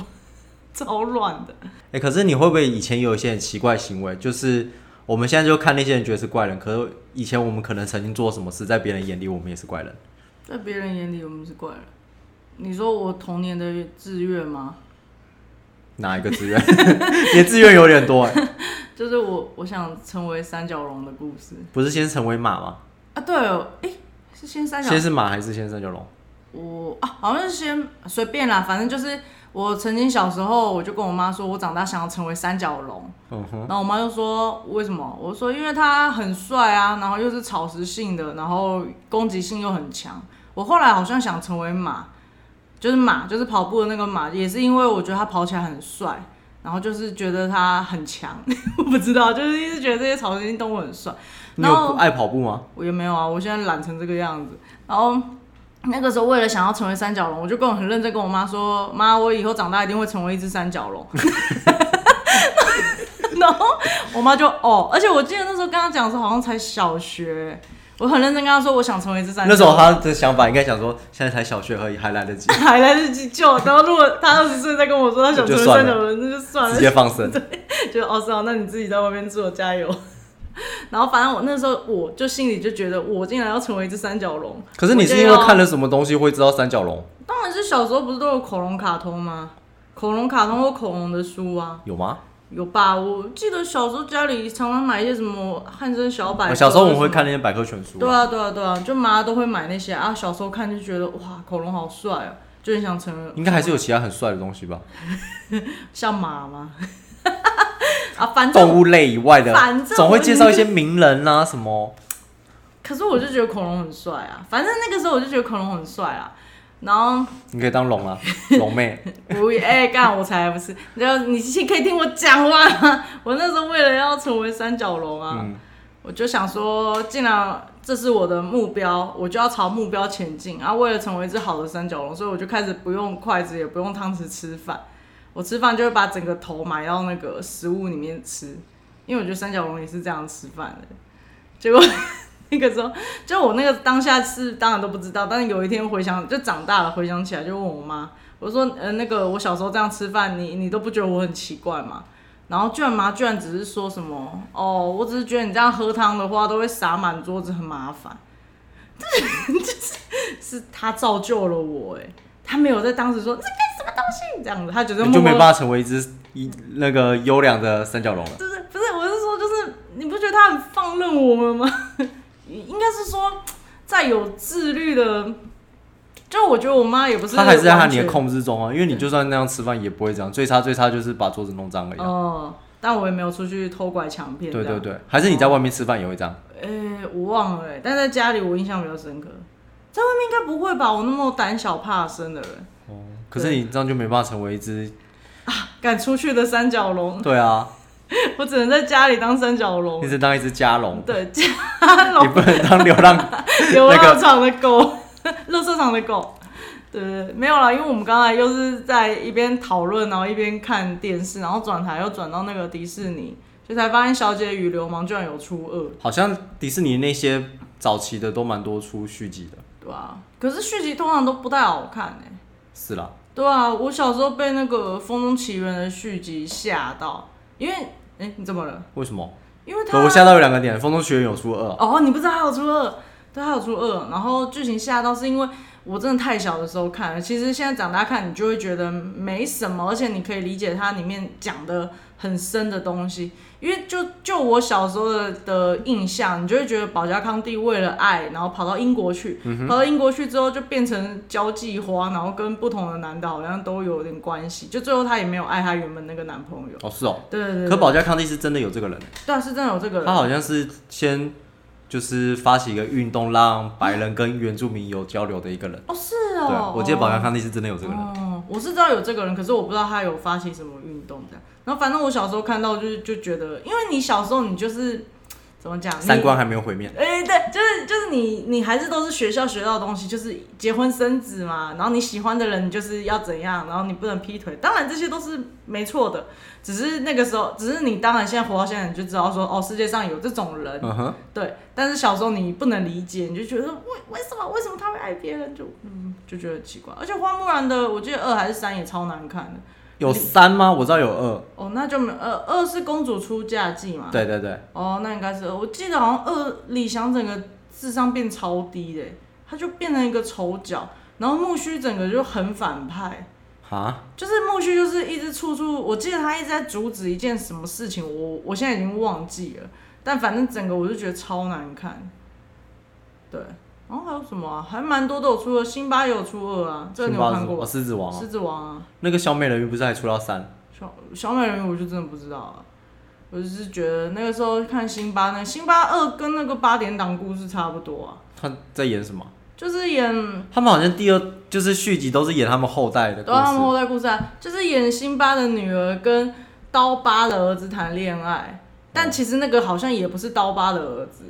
Speaker 1: 超乱的。
Speaker 2: 哎、可是你会不会以前有一些很奇怪行为？就是我们现在就看那些人觉得是怪人，可是以前我们可能曾经做什么事，在别人眼里我们也是怪人。
Speaker 1: 在别人眼里我们是怪人。你说我童年的志愿吗？
Speaker 2: 哪一个志愿？ *laughs* 你的志愿有点多、欸，
Speaker 1: 就是我我想成为三角龙的故事
Speaker 2: 不是先成为马吗？
Speaker 1: 啊。对哦，哎、是先三角
Speaker 2: 先是马还是先三角龙？
Speaker 1: 我啊，好像是先随便啦，反正就是我曾经小时候，我就跟我妈说，我长大想要成为三角龙，
Speaker 2: 嗯哼，
Speaker 1: 然后我妈就说为什么？我说因为他很帅啊，然后又是草食性的，然后攻击性又很强。我后来好像想成为马，就是马，就是跑步的那个马，也是因为我觉得他跑起来很帅，然后就是觉得他很强。 *laughs* 我不知道，就是一直觉得这些草食性动物很帅。
Speaker 2: 你
Speaker 1: 然
Speaker 2: 有
Speaker 1: 后
Speaker 2: 爱跑步吗？
Speaker 1: 我也没有啊，我现在懒成这个样子。然后那个时候为了想要成为三角龙，我就跟我很认真跟我妈说：“妈，我以后长大一定会成为一只三角龙。” *laughs* 然后我妈就哦，而且我记得那时候跟她讲的时候好像才小学，我很认真跟她说我想成为一只三角龙。，
Speaker 2: 那时候他的想法应该想说，现在才小学而已，还来得及
Speaker 1: *laughs* 还来得及救，然后如果她二十岁再跟我说她想成为
Speaker 2: 就算
Speaker 1: 三
Speaker 2: 了
Speaker 1: 角龙，那就算了，
Speaker 2: 直接放生。
Speaker 1: *laughs* 就哦，是哦，那你自己在外面做，加油。 *laughs* 然后反正我那时候我就心里就觉得，我竟然要成为一只三角龙。
Speaker 2: 可是你是因
Speaker 1: 我
Speaker 2: 为
Speaker 1: 就要
Speaker 2: 看了什么东西会知道三角龙
Speaker 1: 当然是小时候不是都有恐龙卡通吗？恐龙卡通或恐龙的书啊，
Speaker 2: 有吗？
Speaker 1: 有吧？我记得小时候家里常常买一些什么汉森小百科，啊
Speaker 2: 我小时候我们会看那些百科全书、
Speaker 1: 对，啊，对啊，对啊，就妈都会买那些啊。小时候看就觉得哇，恐龙好帅哦、就很想成为
Speaker 2: 应该还是有其他很帅的东西吧？
Speaker 1: 像马吗？ *laughs* 啊，反正
Speaker 2: 动物类以外的
Speaker 1: 反正，我
Speaker 2: 总会介绍一些名人啊什么。
Speaker 1: 可是我就觉得恐龙很帅啊。反正那个时候我就觉得恐龙很帅啊。然后
Speaker 2: 你可以
Speaker 1: *laughs*
Speaker 2: 当龙啊，龙妹。
Speaker 1: 不也，哎、干我才不是！你要你先可以听我讲话、啊。我那时候为了要成为三角龙啊，
Speaker 2: 嗯，
Speaker 1: 我就想说，既然这是我的目标，我就要朝目标前进。然、后为了成为一只好的三角龙，所以我就开始不用筷子，也不用汤匙吃饭。我吃饭就会把整个头埋到那个食物里面吃，因为我觉得三角龙也是这样吃饭的。结果 *laughs* 那个时候，就我那个当下是当然都不知道，但是有一天回想，就长大了回想起来，就问我妈，我说，呃，那个我小时候这样吃饭，你你都不觉得我很奇怪吗？然后居然妈居然只是说什么哦，我只是觉得你这样喝汤的话都会洒满桌子，很麻烦。 *laughs* 这就是是他造就了我哎、他没有在当时说这干什么东西这样子，他觉得
Speaker 2: 你就
Speaker 1: 默
Speaker 2: 没
Speaker 1: 默
Speaker 2: 办法成为一只一那个优良的三角龙了。
Speaker 1: 就是不是，我是说，就是你不觉得他很放任我们吗？ *laughs* 应该是说，在有自律的，就我觉得我妈也不是
Speaker 2: 它还是在他
Speaker 1: 完
Speaker 2: 你的
Speaker 1: 全
Speaker 2: 控制中啊，因为你就算那样吃饭也不会这样，最差最差就是把桌子弄脏而已啊、
Speaker 1: 哦、但我也没有出去偷拐抢骗。
Speaker 2: 对对，对，还是你在外面吃饭也会这样。
Speaker 1: 哎、我忘了、欸，但在家里我印象比较深刻。在外面应该不会吧？我那么胆小怕生的人，
Speaker 2: 可是你这样就没办法成为一只，
Speaker 1: 敢出去的三角龙， *laughs*
Speaker 2: 对啊，
Speaker 1: 我只能在家里当三角龙
Speaker 2: 你。只当一只家龙，
Speaker 1: 对，家
Speaker 2: 你
Speaker 1: 龙
Speaker 2: 不能当流浪。
Speaker 1: *laughs* 流
Speaker 2: 那
Speaker 1: 浪
Speaker 2: 个
Speaker 1: 啊场的狗， *laughs* 乐色场的狗。对对，对没有啦，因为我们刚才又是在一边讨论，然后一边看电视，然后转台又转到那个迪士尼，就才发现《小姐与流氓》居然有初二，
Speaker 2: 好像迪士尼那些早期的都蛮多出续集的，
Speaker 1: 对吧、可是续集通常都不太好看哎、
Speaker 2: 是啦，
Speaker 1: 对啊，我小时候被那个《风中奇缘》的续集吓到，因为哎你怎么了？
Speaker 2: 为什么？
Speaker 1: 因为他
Speaker 2: 我吓到有两个点，《风中学园》有出二，啊
Speaker 1: 哦，你不知道还有初二，对，还有初二。然后剧情吓到是因为我真的太小的时候看了，其实现在长大看你就会觉得没什么，而且你可以理解它里面讲的很深的东西。因为就就我小时候的的印象，你就会觉得保加康帝为了爱，然后跑到英国去，跑到英国去之后就变成交际花，然后跟不同的男的好像都有点关系，就最后她也没有爱她原本那个男朋友。
Speaker 2: 哦是哦。
Speaker 1: 对对对，
Speaker 2: 可保加康帝是真的有这个人，欸
Speaker 1: 对啊，是真的有这个人。
Speaker 2: 他好像是先就是发起一个运动，让白人跟原住民有交流的一个人。
Speaker 1: 哦，是
Speaker 2: 对啊
Speaker 1: 哦，，
Speaker 2: 我记得保加
Speaker 1: 哦
Speaker 2: 康帝是真的有这个人。
Speaker 1: 哦，我是知道有这个人，可是我不知道他有发起什么运动这样。然后反正我小时候看到就是就觉得，因为你小时候你就是怎么讲，你
Speaker 2: 三观还没有毁灭，
Speaker 1: 哎、对，就是就是你，你还是都是学校学到的东西，就是结婚生子嘛，然后你喜欢的人你就是要怎样，然后你不能劈腿，当然这些都是没错的，只是那个时候，只是你当然现在活到现在你就知道说，哦，世界上有这种人，
Speaker 2: 嗯哼，
Speaker 1: 对，但是小时候你不能理解，你就觉得为为什么为什么他会爱别人，就嗯就觉得奇怪。而且花木兰的，我记得二还是三也超难看的。
Speaker 2: 有三吗？我知道有二，
Speaker 1: 哦，那就没呃二是公主出嫁记嘛。。
Speaker 2: 对对对，
Speaker 1: 哦，那应该是二。我记得好像二李翔整个智商变超低的，他就变成一个丑角，然后木须整个就很反派。
Speaker 2: 哈，
Speaker 1: 就是木须，就是一直处处，我记得他一直在阻止一件什么事情，我我现在已经忘记了，但反正整个我就觉得超难看。对，然后还有什么啊？还蛮多都有出二，辛巴也有出二啊，这个你
Speaker 2: 辛
Speaker 1: 有
Speaker 2: 巴
Speaker 1: 看
Speaker 2: 是
Speaker 1: 过
Speaker 2: 哦，
Speaker 1: 吧？
Speaker 2: 狮子王哦
Speaker 1: 狮子王啊，
Speaker 2: 那个小美人鱼不是还出到三？
Speaker 1: 小小美人鱼我就真的不知道了。我只是觉得那个时候看辛巴那辛巴二跟那个八点档故事差不多啊，
Speaker 2: 他在演什么？
Speaker 1: 就是演
Speaker 2: 他们好像第二就是续集都是演他们后代的故
Speaker 1: 都他们后
Speaker 2: 事，
Speaker 1: 代故事啊，就是演辛巴的女儿跟刀疤的儿子谈恋爱，但其实那个好像也不是刀疤的儿子，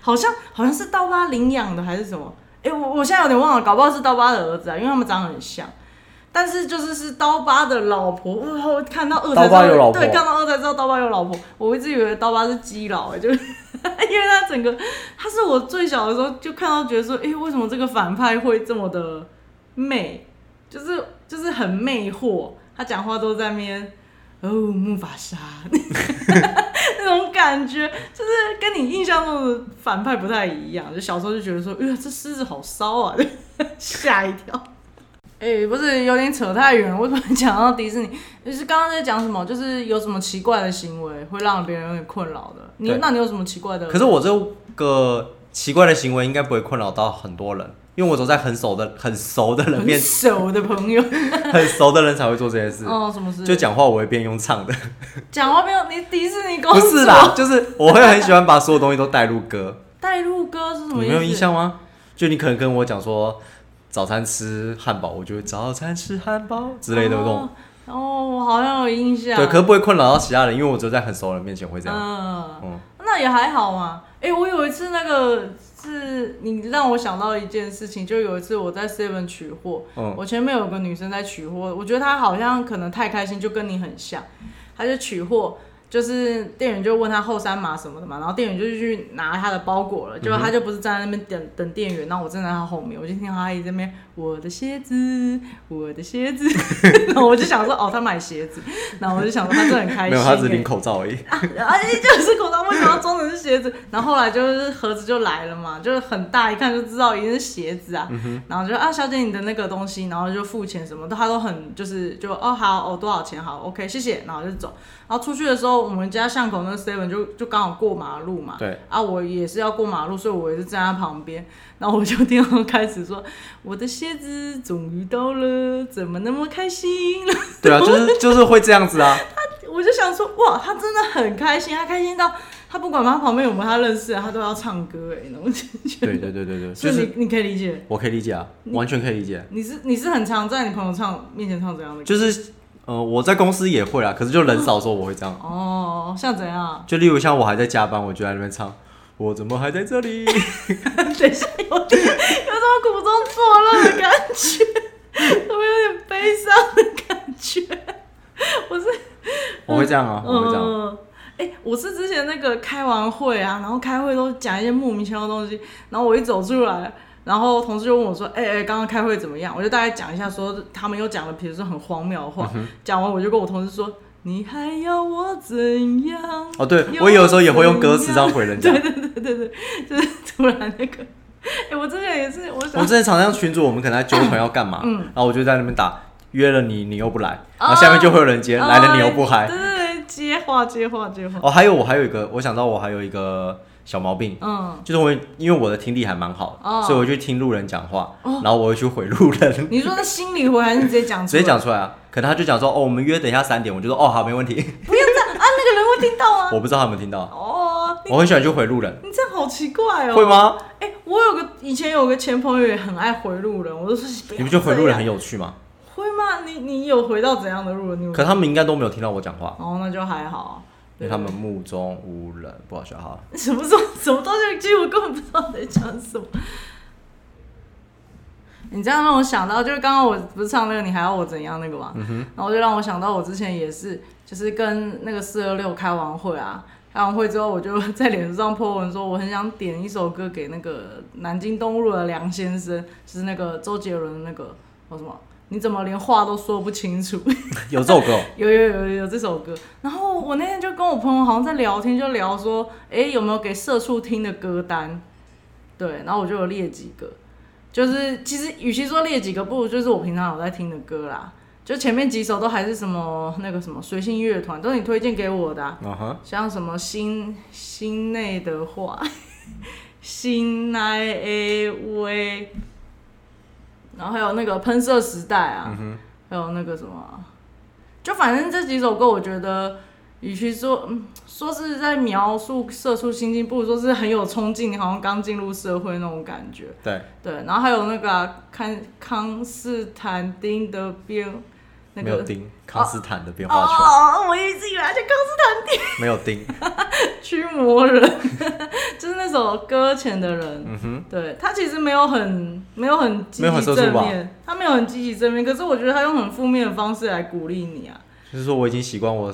Speaker 1: 好像好像是刀疤领养的还是什么？哎、我我现在有点忘了，搞不好是刀疤的儿子啊，因为他们长得很像。但是就是是刀疤的老婆，我我看到二才
Speaker 2: 刀
Speaker 1: 知道
Speaker 2: 疤有老婆
Speaker 1: 对，看到二才知道刀疤有老婆。我一直以为刀疤是基佬、欸，就是 *laughs* 因为他整个他是我最小的时候就看到，觉得说，哎、为什么这个反派会这么的媚，就是就是很魅惑，他讲话都在那边，哦，木法沙 *laughs* 那种感觉，就是跟你印象中的反派不太一样。就小时候就觉得说，哎、呀，这狮子好骚啊， *laughs* 吓一跳。哎、不是有点扯太远了，我怎么讲到迪士尼？就是刚刚在讲什么，就是有什么奇怪的行为会让别人有点困扰的。你
Speaker 2: 对
Speaker 1: 那你有什么奇怪的？
Speaker 2: 可是我这个奇怪的行为应该不会困扰到很多人，因为我走在很熟的很熟的人
Speaker 1: 很
Speaker 2: 面
Speaker 1: 熟的朋友，
Speaker 2: 很熟的人才会做这件事。
Speaker 1: 哦，什么事？
Speaker 2: 就讲话我会变用唱的，
Speaker 1: 讲话没有？你迪士尼公
Speaker 2: 不
Speaker 1: 主
Speaker 2: 是啦，就是我会很喜欢把所有东西都带入歌，
Speaker 1: 带入歌是什
Speaker 2: 你
Speaker 1: 么意思？
Speaker 2: 没有印象吗？就你可能跟我讲说早餐吃汉堡，我就会早餐吃汉堡之类的那种
Speaker 1: 哦，哦，我好像有印象。
Speaker 2: 对，可是不会困扰到其他人，因为我只有在很熟的人面前会这样。
Speaker 1: 嗯，
Speaker 2: 嗯，
Speaker 1: 那也还好嘛。哎、我有一次那个是你让我想到一件事情，就有一次我在 Seven 取货，
Speaker 2: 嗯
Speaker 1: 我前面有个女生在取货，我觉得她好像可能太开心，就跟你很像，她就取货。就是店员就问她后三码什么的嘛，然后店员就去拿她的包裹
Speaker 2: 嗯
Speaker 1: 了，结果她就不是站在那边等等店员，然后我站在她后面，我就听到她一直在那边我的鞋子，我的鞋子， *laughs* 然后我就想说哦，她买鞋子，然后我就想说她真的很开心欸，
Speaker 2: *laughs* 没有，他只领口罩而已。
Speaker 1: 啊，就是口罩，为什么要装成是鞋子？ *laughs* 然后后来就是盒子就来了嘛，就是很大，一看就知道一定是鞋子啊。然后就啊，小姐你的那个东西，然后就付钱什么的，他都很就是就哦好哦多少钱好 OK 谢谢，然后就走。然后出去的时候，我们家巷口那 seven 就就刚好过马路嘛，
Speaker 2: 对
Speaker 1: 啊，我也是要过马路，所以我也是站在旁边，然后我就听到开始说我的鞋子终于到了，怎么那么开心？ *laughs*
Speaker 2: 对啊，就是就是会这样子啊。
Speaker 1: 我就想说，哇，他真的很开心，他开心到他不管他旁边有没有他认识的，他都要唱歌哎，那我就觉得，
Speaker 2: 对对对对对，
Speaker 1: 所
Speaker 2: 就
Speaker 1: 以
Speaker 2: 是
Speaker 1: 你你可以理解，
Speaker 2: 我可以理解啊，完全可以理解。
Speaker 1: 你是你是很常在你朋友唱面前唱怎样的歌？
Speaker 2: 就是呃，我在公司也会啊，可是就人少的时候我会这样。
Speaker 1: 哦，像怎样啊？
Speaker 2: 就例如像我还在加班，我就在那边唱，我怎么还在
Speaker 1: *laughs*
Speaker 2: 这里？
Speaker 1: 等一下有点有种苦中作乐的感觉，怎么有点悲伤的感觉？我是
Speaker 2: 我会这样啊，我会这样。
Speaker 1: 嗯，哎、我是之前那个开完会啊，然后开会都讲一些莫名其妙的东西，然后我一走出来，然后同事就问我说：“哎、哎，刚、刚开会怎么样？”我就大概讲一下说，他们又讲了，比如说很荒谬的
Speaker 2: 嗯
Speaker 1: 话， *laughs* 讲、完我就跟我同事说：“你还要我怎样？” *laughs*
Speaker 2: 哦，对
Speaker 1: 要
Speaker 2: 我有时候也会用歌词
Speaker 1: 怎
Speaker 2: 这样回人家。
Speaker 1: 对对对对，就是突然那个，哎、我之前也是，我
Speaker 2: 我
Speaker 1: 想
Speaker 2: 们之前常常群主，我们可能在揪团要干嘛，
Speaker 1: 嗯
Speaker 2: 然后我就在那边打约了你，你又不来，然后下面就会有人接来了你又不
Speaker 1: 嗨，
Speaker 2: 嗨
Speaker 1: 哦啊对。对对，接话接话接话，
Speaker 2: 哦，还有我还有一个，我想到我还有一个小毛病，
Speaker 1: 嗯，
Speaker 2: 就是我因为我的听力还蛮好的，
Speaker 1: 哦
Speaker 2: 所以我就去听路人讲话，然后我会去回路
Speaker 1: *laughs*
Speaker 2: 人，
Speaker 1: 你说在心里回还是直接讲出
Speaker 2: 直
Speaker 1: 来？
Speaker 2: 接讲出来啊。可能他就讲说，哦，我们约等一下三点，我就说，哦，好，没问题。
Speaker 1: 不要这样啊！那个人会听到啊。
Speaker 2: 我不知道他有没有听到，
Speaker 1: 哦，你
Speaker 2: 我很喜欢去回路人，
Speaker 1: 你这样好奇怪哦。
Speaker 2: 会？吗？
Speaker 1: 哎、我有个以前有个前朋友也很爱回路人，我都说不要
Speaker 2: 你不觉得回路人很
Speaker 1: 这样
Speaker 2: 有趣吗？
Speaker 1: 会吗？你你有回到怎样的路人？你有
Speaker 2: 可他们应该都没有听到我讲话，
Speaker 1: 哦，那就还好啊。
Speaker 2: 因为他们目中无人，不好笑哈。
Speaker 1: *laughs* 什么时候什么东西，其实我根本不知道在讲什么。你这样让我想到，就是刚刚我不是唱那个“你还要我怎样”那个嘛，然后就让我想到我之前也是，就是跟那个四二六开完会啊，开完会之后我就在脸书上 po 文说，我很想点一首歌给那个南京东路的梁先生，就是那个周杰伦的那个叫什么？你怎么连话都说不清楚？
Speaker 2: 有这首歌哦，
Speaker 1: 有有有有这首歌，然后我那天就跟我朋友好像在聊天，就聊说，哎、有没有给社畜听的歌单？对，然后我就有列几个，就是其实与其说列几个，不如就是我平常有在听的歌啦。就前面几首都还是什么那个什么随性乐团，都是你推荐给我的啊、
Speaker 2: 嗯哼，
Speaker 1: 像什么心心内的话， *laughs* 心奈 A 威，然后还有那个喷射时代啊，
Speaker 2: 嗯哼
Speaker 1: 还有那个什么啊，就反正这几首歌，我觉得与其说、嗯、说是在描述社畜心境，不如说是很有冲劲，好像刚进入社会那种感觉。
Speaker 2: 对，
Speaker 1: 对，然后还有那个啊康、康斯坦丁的变，那
Speaker 2: 没
Speaker 1: 个
Speaker 2: 有钉，康斯坦的变
Speaker 1: 哦
Speaker 2: 化球、
Speaker 1: 哦哦，我一直以为他叫康斯坦丁。
Speaker 2: 没有
Speaker 1: *laughs*
Speaker 2: 钉，
Speaker 1: 驱魔人， *laughs* 就是那首搁浅的人。
Speaker 2: 嗯哼，
Speaker 1: 对他其实没有很没有很积
Speaker 2: 没有很
Speaker 1: 极
Speaker 2: 社畜
Speaker 1: 正
Speaker 2: 吧
Speaker 1: 面，他没有很积极正面，可是我觉得他用很负面的方式来鼓励你啊。
Speaker 2: 就是说我已经习惯我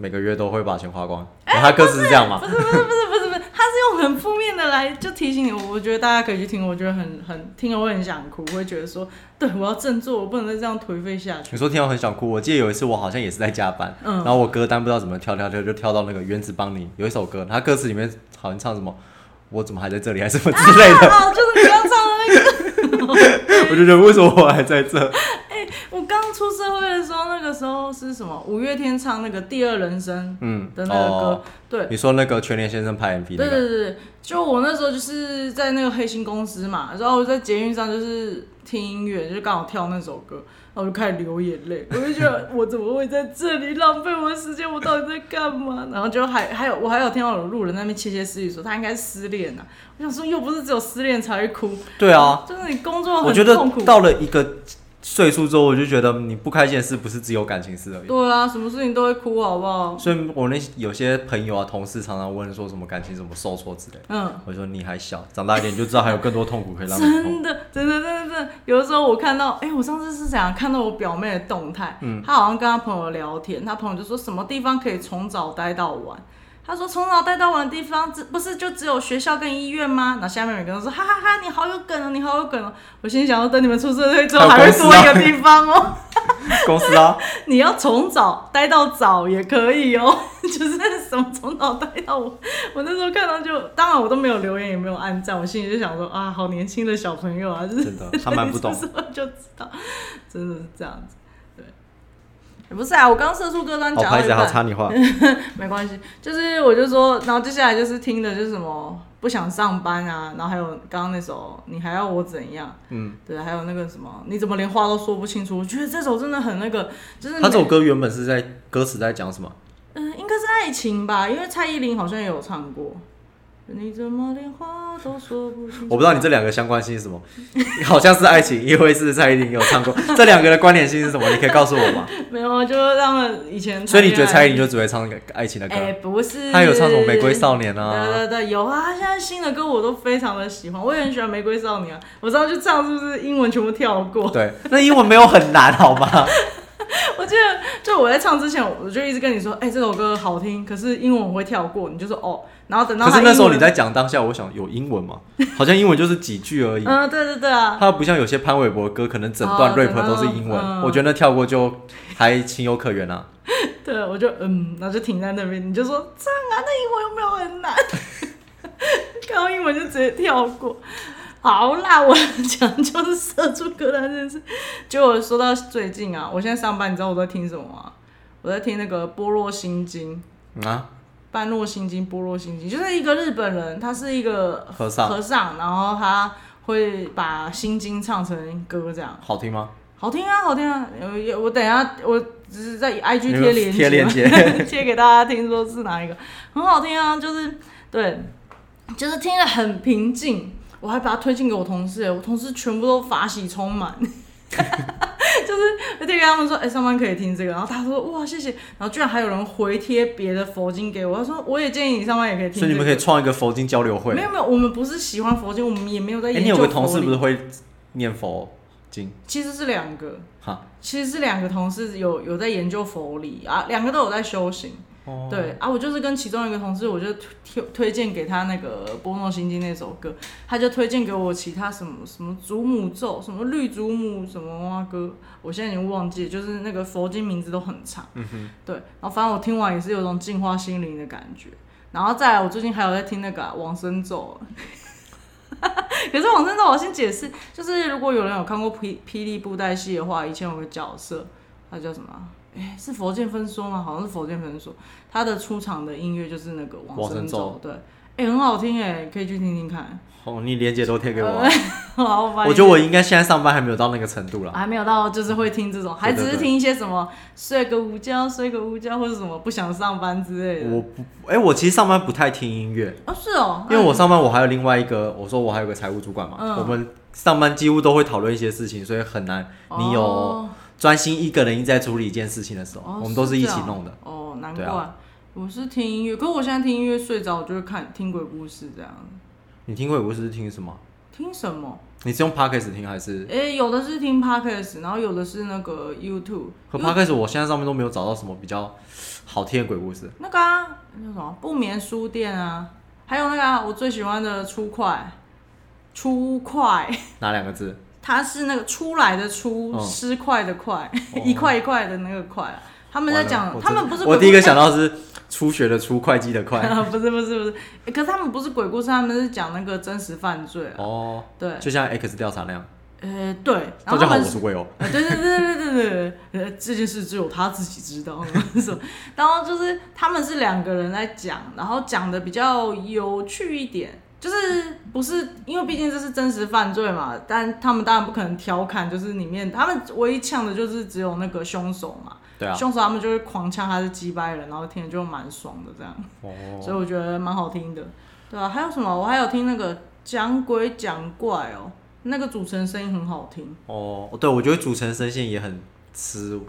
Speaker 2: 每个月都会把钱花光，然后他歌词是这样嘛
Speaker 1: 哎不？是不是不是不是不是，他是用很负面的来就提醒你，我我觉得大家可以去听，我觉得很很听了会很想哭，会觉得说，对我要振作，我不能再这样颓废下
Speaker 2: *laughs*
Speaker 1: 去。
Speaker 2: 你说听到很想哭，我记得有一次我好像也是在加班，
Speaker 1: 嗯
Speaker 2: 然后我歌单不知道怎么跳跳跳就跳到那个原子邦尼有一首歌，他歌词里面好像唱什么我怎么还在这里还是什么之类
Speaker 1: *laughs*
Speaker 2: 的，
Speaker 1: 啊，就是你刚唱的那个，
Speaker 2: 我就觉得为什么我还在这？
Speaker 1: 我刚出社会的时候，那个时候是什么？五月天唱那个《第二人生》
Speaker 2: 嗯，
Speaker 1: 的那个歌，
Speaker 2: 哦
Speaker 1: 对，
Speaker 2: 你说那个全联先生拍
Speaker 1: 对
Speaker 2: MV 那
Speaker 1: 对
Speaker 2: 个，
Speaker 1: 对，对就我那时候就是在那个黑心公司嘛，然后我在捷运上就是听音乐，就刚好跳那首歌，然后我就开始流眼泪，我就觉得我怎么会在这里浪费我的时间，我到底在干嘛？然后就还还有我还有听到有路人在那边窃窃私语说他应该是失恋了、我想说又不是只有失恋才会哭，
Speaker 2: 对啊，
Speaker 1: 就是你工作
Speaker 2: 我
Speaker 1: 哦很
Speaker 2: 觉得
Speaker 1: 痛苦，
Speaker 2: 到了一个岁数之后，我就觉得你不开心的事不是只有感情事而已。
Speaker 1: 对啊，什么事情都会哭，好不好？
Speaker 2: 所以我那些有些朋友啊、同事常常问说什么感情怎么受挫之类的，
Speaker 1: 嗯。
Speaker 2: 我就说你还小，长大一点你就知道还有更多痛苦可以让你
Speaker 1: 真
Speaker 2: 痛。
Speaker 1: 的，真的，真的，真的，有的时候我看到，哎、我上次是想看到我表妹的动态，
Speaker 2: 嗯
Speaker 1: 她好像跟她朋友聊天，她朋友就说什么地方可以从早待到晚。她说从早待到晚的地方，只不是就只有学校跟医院吗？然后下面有一个人说哈哈哈你好有梗哦，你好有梗哦。我心想，等你们出社会之后，
Speaker 2: 还
Speaker 1: 还
Speaker 2: 有
Speaker 1: 会
Speaker 2: 公司
Speaker 1: 多
Speaker 2: 啊
Speaker 1: 一个地方哦。
Speaker 2: 公司啊，
Speaker 1: 你要从早待到早也可以哦， *laughs* 就是什么从早待到我。我那时候看到就，当然我都没有留言，也没有按赞，我心里就想说啊，好年轻的小朋友啊，就是
Speaker 2: 真的他蛮不懂
Speaker 1: 就是就知道，真的是这样子。对，也不是啊，我刚社畜歌单 *laughs*
Speaker 2: 好
Speaker 1: 讲到
Speaker 2: 拍
Speaker 1: 一
Speaker 2: 子，好
Speaker 1: 半，
Speaker 2: 插你话。
Speaker 1: 没关系，就是我就说，然后接下来就是听的就是什么不想上班啊，然后还有刚刚那首你还要我怎样，
Speaker 2: 嗯，
Speaker 1: 对，还有那个什么你怎么连话都说不清楚，我觉得这首真的很那个，就是
Speaker 2: 他这首
Speaker 1: 每
Speaker 2: 歌原本是在歌词在讲什么？
Speaker 1: 嗯，应该是爱情吧，因为蔡依林好像也有唱过。你怎么连话都说不清楚？
Speaker 2: 我不知道你这两个相关性是什么，好像是爱情，因为是蔡依林有唱过，这两个的关联性是什么？你可以告诉我吗？
Speaker 1: *laughs* 没有啊，就是他们以前。
Speaker 2: 所以你觉得蔡依林就只会唱爱情的歌？
Speaker 1: 啊哎、不是，
Speaker 2: 她有唱什么《玫瑰少年》啊？
Speaker 1: 对对对，有啊！现在新的歌我都非常的喜欢，我也很喜欢《玫瑰少年》啊。我知道就唱是不是英文全部跳过？
Speaker 2: 对，那英文没有很难，
Speaker 1: *laughs*
Speaker 2: 好吗？
Speaker 1: 我记得就我在唱之前，我就一直跟你说，哎、这首歌好听，可是英文我会跳过，你就说哦。然后等到
Speaker 2: 可
Speaker 1: 他
Speaker 2: 是那时候
Speaker 1: 英文
Speaker 2: 你在讲当下，我想有英文吗？好像英文就是几句而已，
Speaker 1: 嗯，对对对啊，
Speaker 2: 它不像有些潘玮柏歌，可能整段
Speaker 1: 哦
Speaker 2: rap
Speaker 1: 整段
Speaker 2: 都是英文，
Speaker 1: 嗯
Speaker 2: 我觉得那跳过就还情有可原啊。
Speaker 1: 对，我就嗯，然后就停在那边，你就说这样啊，那英文有没有很难？ *laughs* 看到英文就直接跳过。好啦，我讲就是社畜歌单，真的是。就我说到最近啊，我现在上班，你知道我在听什么吗？我在听那个《般若心经》。
Speaker 2: 嗯啊，
Speaker 1: 般若心经、般若心经，就是一个日本人，他是一个
Speaker 2: 和尚
Speaker 1: 和尚，然后他会把心经唱成歌，这样
Speaker 2: 好听吗？
Speaker 1: 好听啊，好听啊！我我等一下，我只是在 IG 贴链
Speaker 2: 贴链接
Speaker 1: *laughs* 贴给大家听，说是哪一个，很好听啊，就是对，就是听得很平静。我还把它推荐给我同事，我同事全部都法喜充满， *laughs* 就是我贴给他们说，哎、上班可以听这个，然后他说哇谢谢，然后居然还有人回贴别的佛经给我，他说我也建议你上班也可以听、
Speaker 2: 所以你们可以。创一个佛经交流会
Speaker 1: 没。有没有，我们不是喜欢佛经，我们也没有在
Speaker 2: 哎、
Speaker 1: 研究、
Speaker 2: 你有个同事不是
Speaker 1: 是？
Speaker 2: 会念佛经？
Speaker 1: 其实是两个，
Speaker 2: 哈，
Speaker 1: 其实是两个同事有有在研究佛理啊，两个都有在修行。
Speaker 2: 哦，
Speaker 1: 对啊，我就是跟其中一个同事，我就推推荐给他那个《波诺心经》那首歌，他就推荐给我其他什么什么祖母咒，什么绿祖母什么哇歌，我现在已经忘记了，就是那个佛经名字都很长。
Speaker 2: 嗯哼，
Speaker 1: 对，然后反正我听完也是有种净化心灵的感觉。然后再来，我最近还有在听那个啊、往生咒。 *laughs* 可是往生咒，我先解释，就是如果有人有看过霹霹雳布袋戏的话，以前有个角色，他叫什么啊？哎，是佛剑分说吗？好像是佛剑分说，他的出场的音乐就是那个往
Speaker 2: 往生
Speaker 1: 生
Speaker 2: 咒
Speaker 1: 咒。对，哎、很好听哎，可以去听听看。 *laughs*
Speaker 2: 哦，你连接都贴给我啊、
Speaker 1: 好，我把
Speaker 2: 我
Speaker 1: 你
Speaker 2: 觉得我应该现在上班还没有到那个程度啦。
Speaker 1: 还没有到，就是会听这种，还只是听一些什么睡个午觉、睡个午觉，或者什么不想上班之类的。
Speaker 2: 我不，哎、我其实上班不太听音乐，
Speaker 1: 哦，是哦，
Speaker 2: 因为我上班我还有另外一个，我说我还有个财务主管嘛，
Speaker 1: 嗯
Speaker 2: 我们上班几乎都会讨论一些事情，所以很难你有
Speaker 1: 哦
Speaker 2: 专心一个人一直在处理一件事情的时候，
Speaker 1: 哦
Speaker 2: 我们都是一起
Speaker 1: 这样
Speaker 2: 弄的。
Speaker 1: 哦，难
Speaker 2: 对
Speaker 1: 怪、
Speaker 2: 啊
Speaker 1: 我是听音乐，可是我现在听音乐睡着，我就会看听鬼故事这样。
Speaker 2: 你听鬼故事是听什么？
Speaker 1: 听什么？
Speaker 2: 你是用 podcast 听还是？
Speaker 1: 诶、有的是听 podcast，然后有的是那个 YouTube。
Speaker 2: 和 podcast 我现在上面都没有找到什么比较好听的鬼故事。
Speaker 1: 那个啊，那叫什么不眠书店啊，还有那个、啊、我最喜欢的出快，出快， *laughs*
Speaker 2: 哪两个字？
Speaker 1: 它是那个出来的出，
Speaker 2: 嗯哦
Speaker 1: 尸块的块， *laughs* 一块一块的那个块啊。他们在
Speaker 2: 完了
Speaker 1: 讲，
Speaker 2: 我
Speaker 1: 他们
Speaker 2: 真
Speaker 1: 不是
Speaker 2: 我
Speaker 1: 鬼
Speaker 2: 第一个
Speaker 1: 故事
Speaker 2: 想到是初学的初，会计的会。
Speaker 1: *laughs* 不是不是不是，诶可是他们不是鬼故事，他们是讲那个真实犯罪啊。
Speaker 2: 哦，
Speaker 1: 对，
Speaker 2: *laughs* 就像 X 调查那样。
Speaker 1: 呃对，然
Speaker 2: 大
Speaker 1: 后
Speaker 2: 家
Speaker 1: 他
Speaker 2: 好，我
Speaker 1: 们
Speaker 2: 是哦 Will。
Speaker 1: 啊，对对对对对对对，呃，这件事只有他自己知道， *laughs* 是吧然后就是他们是两个人在讲，然后讲的比较有趣一点，就是不是因为毕竟这是真实犯罪嘛，但他们当然不可能调侃，就是里面他们唯一呛的就是只有那个凶手嘛，
Speaker 2: 对啊。
Speaker 1: 凶手他们就会狂呛他是鸡掰人，然后听着就蛮爽的这样，所以
Speaker 2: 哦，
Speaker 1: 我觉得蛮好听的，对啊，还有什么？我还有听那个讲鬼讲怪哦，那个主持人声音很好听。
Speaker 2: 哦，对，我觉得主持人声线也很吃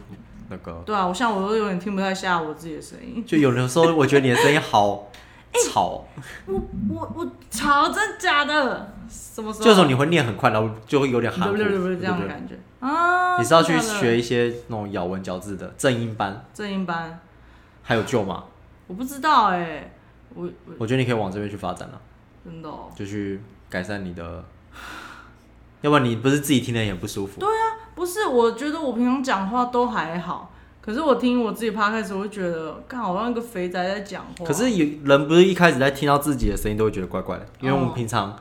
Speaker 2: 那个。
Speaker 1: 对啊，我像我都有点听不太下我自己的声音。
Speaker 2: 就有的时候，我觉得你的声音好吵哦，
Speaker 1: 我我我操，真假的？什么时候？
Speaker 2: 就是你会念很快，然后就会有点含糊，
Speaker 1: 不
Speaker 2: 对
Speaker 1: 不
Speaker 2: 不
Speaker 1: 不这样的
Speaker 2: 对？
Speaker 1: 感觉啊！
Speaker 2: 你是要去
Speaker 1: 真的
Speaker 2: 学一些那种咬文嚼字的正音班，
Speaker 1: 正音班？
Speaker 2: 还有旧嘛？
Speaker 1: 我不知道哎，我我
Speaker 2: 我觉得你可以往这边去发展了，
Speaker 1: 真的哦，
Speaker 2: 就去改善你的，要不然你不是自己听的也不舒服。
Speaker 1: 不是，我觉得我平常讲话都还好，可是我听我自己趴开始，我会觉得，干，好像一个肥宅在讲话。
Speaker 2: 可是有人不是一开始在听到自己的声音都会觉得怪怪的，因为我们
Speaker 1: 哦
Speaker 2: 平常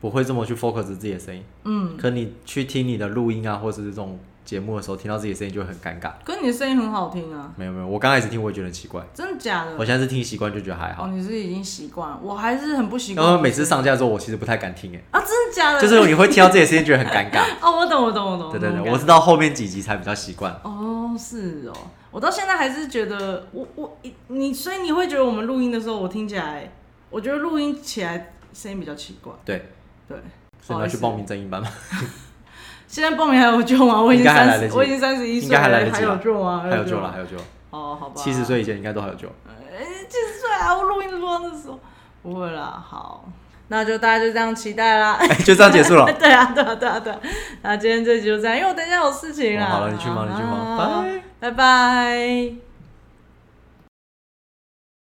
Speaker 2: 不会这么去 focus 自己的声音。
Speaker 1: 嗯，
Speaker 2: 可你去听你的录音啊，或者是这种节目的时候，听到自己的声音就会很尴尬。
Speaker 1: 可是你的声音很好听啊，
Speaker 2: 没有没有，我刚开始听我也觉得很奇怪，
Speaker 1: 真的假的
Speaker 2: 我？现在是听习惯就觉得还好
Speaker 1: 哦，。你是已经习惯了，我还是很不习
Speaker 2: 然
Speaker 1: 惯。
Speaker 2: 后每次上架之后，我其实不太敢听，哎，
Speaker 1: 啊，真的假的？
Speaker 2: 就是你会听到这些声音觉得很尴尬。
Speaker 1: *laughs* 哦，我懂，我懂，我懂。
Speaker 2: 对对
Speaker 1: 那种
Speaker 2: 对，
Speaker 1: 感
Speaker 2: 我
Speaker 1: 觉
Speaker 2: 是到后面几集才比较习惯。
Speaker 1: 哦，是哦，我到现在还是觉得我我一你，所以你会觉得我们录音的时候，我听起来，我觉得录音起来声音比较奇怪，
Speaker 2: 对，
Speaker 1: 对。
Speaker 2: 所以你要去报名正音班嘛，
Speaker 1: 现在报名还有救吗？我已
Speaker 2: 应
Speaker 1: 经
Speaker 2: 该还来
Speaker 1: 三
Speaker 2: 得
Speaker 1: 十，
Speaker 2: 及啊
Speaker 1: 我已经三十一
Speaker 2: 应
Speaker 1: 岁
Speaker 2: 该还来
Speaker 1: 了，
Speaker 2: 得及
Speaker 1: 还
Speaker 2: 啦
Speaker 1: 有救吗？
Speaker 2: 还有救了，
Speaker 1: 吗
Speaker 2: 还有救了，
Speaker 1: 哦，好吧，
Speaker 2: 七十岁以前应该都还有救。
Speaker 1: 七十岁啊！我录音录到那时候，不会啦，好，那就大家就这样期待啦。
Speaker 2: 哎，就这样结束了
Speaker 1: *laughs* 。对啊，对啊，对啊，对啊。那今天这集就这样，因为我等一下有事情啦。啊
Speaker 2: 哦好了你去忙你去忙
Speaker 1: 啊拜拜。